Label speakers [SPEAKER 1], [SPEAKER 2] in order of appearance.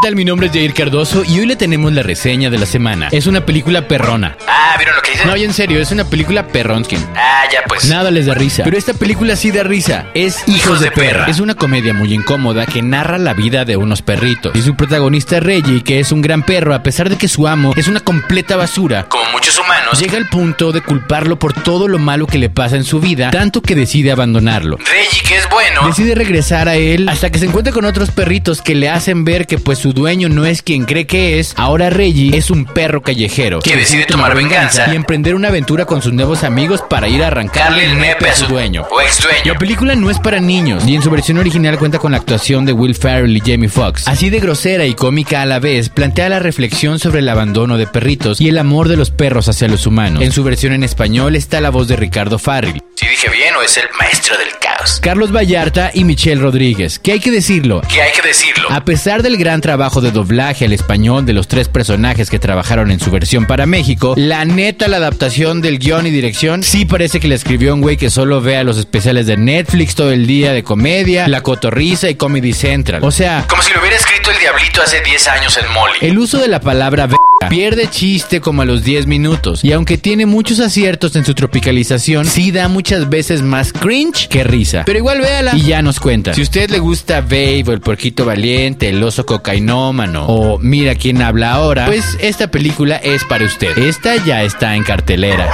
[SPEAKER 1] tal? Mi nombre es Jair Cardoso y hoy le tenemos la reseña de la semana. Es una película perrona.
[SPEAKER 2] Ah, ¿vieron lo que hice?
[SPEAKER 1] No, y en serio, es una película perronskin.
[SPEAKER 2] Ah, ya pues.
[SPEAKER 1] Nada les da risa. Pero esta película sí da risa. Es Hijos de Perra. Es una comedia muy incómoda que narra la vida de unos perritos. Y su protagonista Reggie, que es un gran perro, a pesar de que su amo es una completa basura,
[SPEAKER 2] Como muchos humanos,
[SPEAKER 1] llega al punto de culparlo por todo lo malo que le pasa en su vida, tanto que decide abandonarlo.
[SPEAKER 2] Reggie, que es bueno,
[SPEAKER 1] Decide regresar a él hasta que se encuentra con otros perritos que le hacen ver que pues su dueño no es quien cree que es. Ahora Reggie es un perro callejero
[SPEAKER 2] que decide tomar venganza
[SPEAKER 1] y
[SPEAKER 2] y
[SPEAKER 1] emprender una aventura con sus nuevos amigos para ir a arrancarle
[SPEAKER 2] darle el nepe a su
[SPEAKER 1] dueño.
[SPEAKER 2] o ex dueño.
[SPEAKER 1] La película no es para niños y en su versión original cuenta con la actuación de Will Ferrell y Jamie Foxx. Así de grosera y cómica a la vez, plantea la reflexión sobre el abandono de perritos y el amor de los perros hacia los humanos. En su versión en español está la voz de Ricardo Farrell,
[SPEAKER 2] Si dije bien o es el maestro del caos.
[SPEAKER 1] Carlos Vallarta y Michelle Rodríguez, que hay que decirlo,
[SPEAKER 2] Que hay que decirlo.
[SPEAKER 1] a pesar del gran trabajo de doblaje al español de los tres personajes que trabajaron en su versión para México, la neta la adaptación del guión y dirección sí parece que la escribió un güey que solo vea los especiales de Netflix todo el día de comedia, La Cotorrisa y Comedy Central. O sea,
[SPEAKER 2] Como si lo hubiera escrito el diablito hace 10 años en Molly.
[SPEAKER 1] el uso de la palabra verga pierde chiste como a los 10 minutos y aunque tiene muchos aciertos en su tropicalización, sí da muchas veces más cringe que risa. Pero igual véala y ya nos cuenta. Si a usted le gusta Babe o El Porquito Valiente, El Oso Cocainómano o Mira quién habla ahora, pues esta película es para usted. Esta ya está en cartelera.